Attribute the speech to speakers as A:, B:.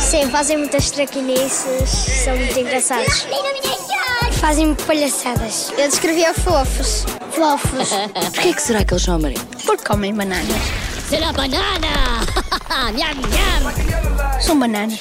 A: Sim, fazem muitas traquinices, são muito engraçados. Fazem palhaçadas. Eu descrevia fofos. Fofos.
B: Porquê é que será que eles são amarelos?
C: Porque comem bananas.
D: Será banana! nham, nham!
C: São bananas.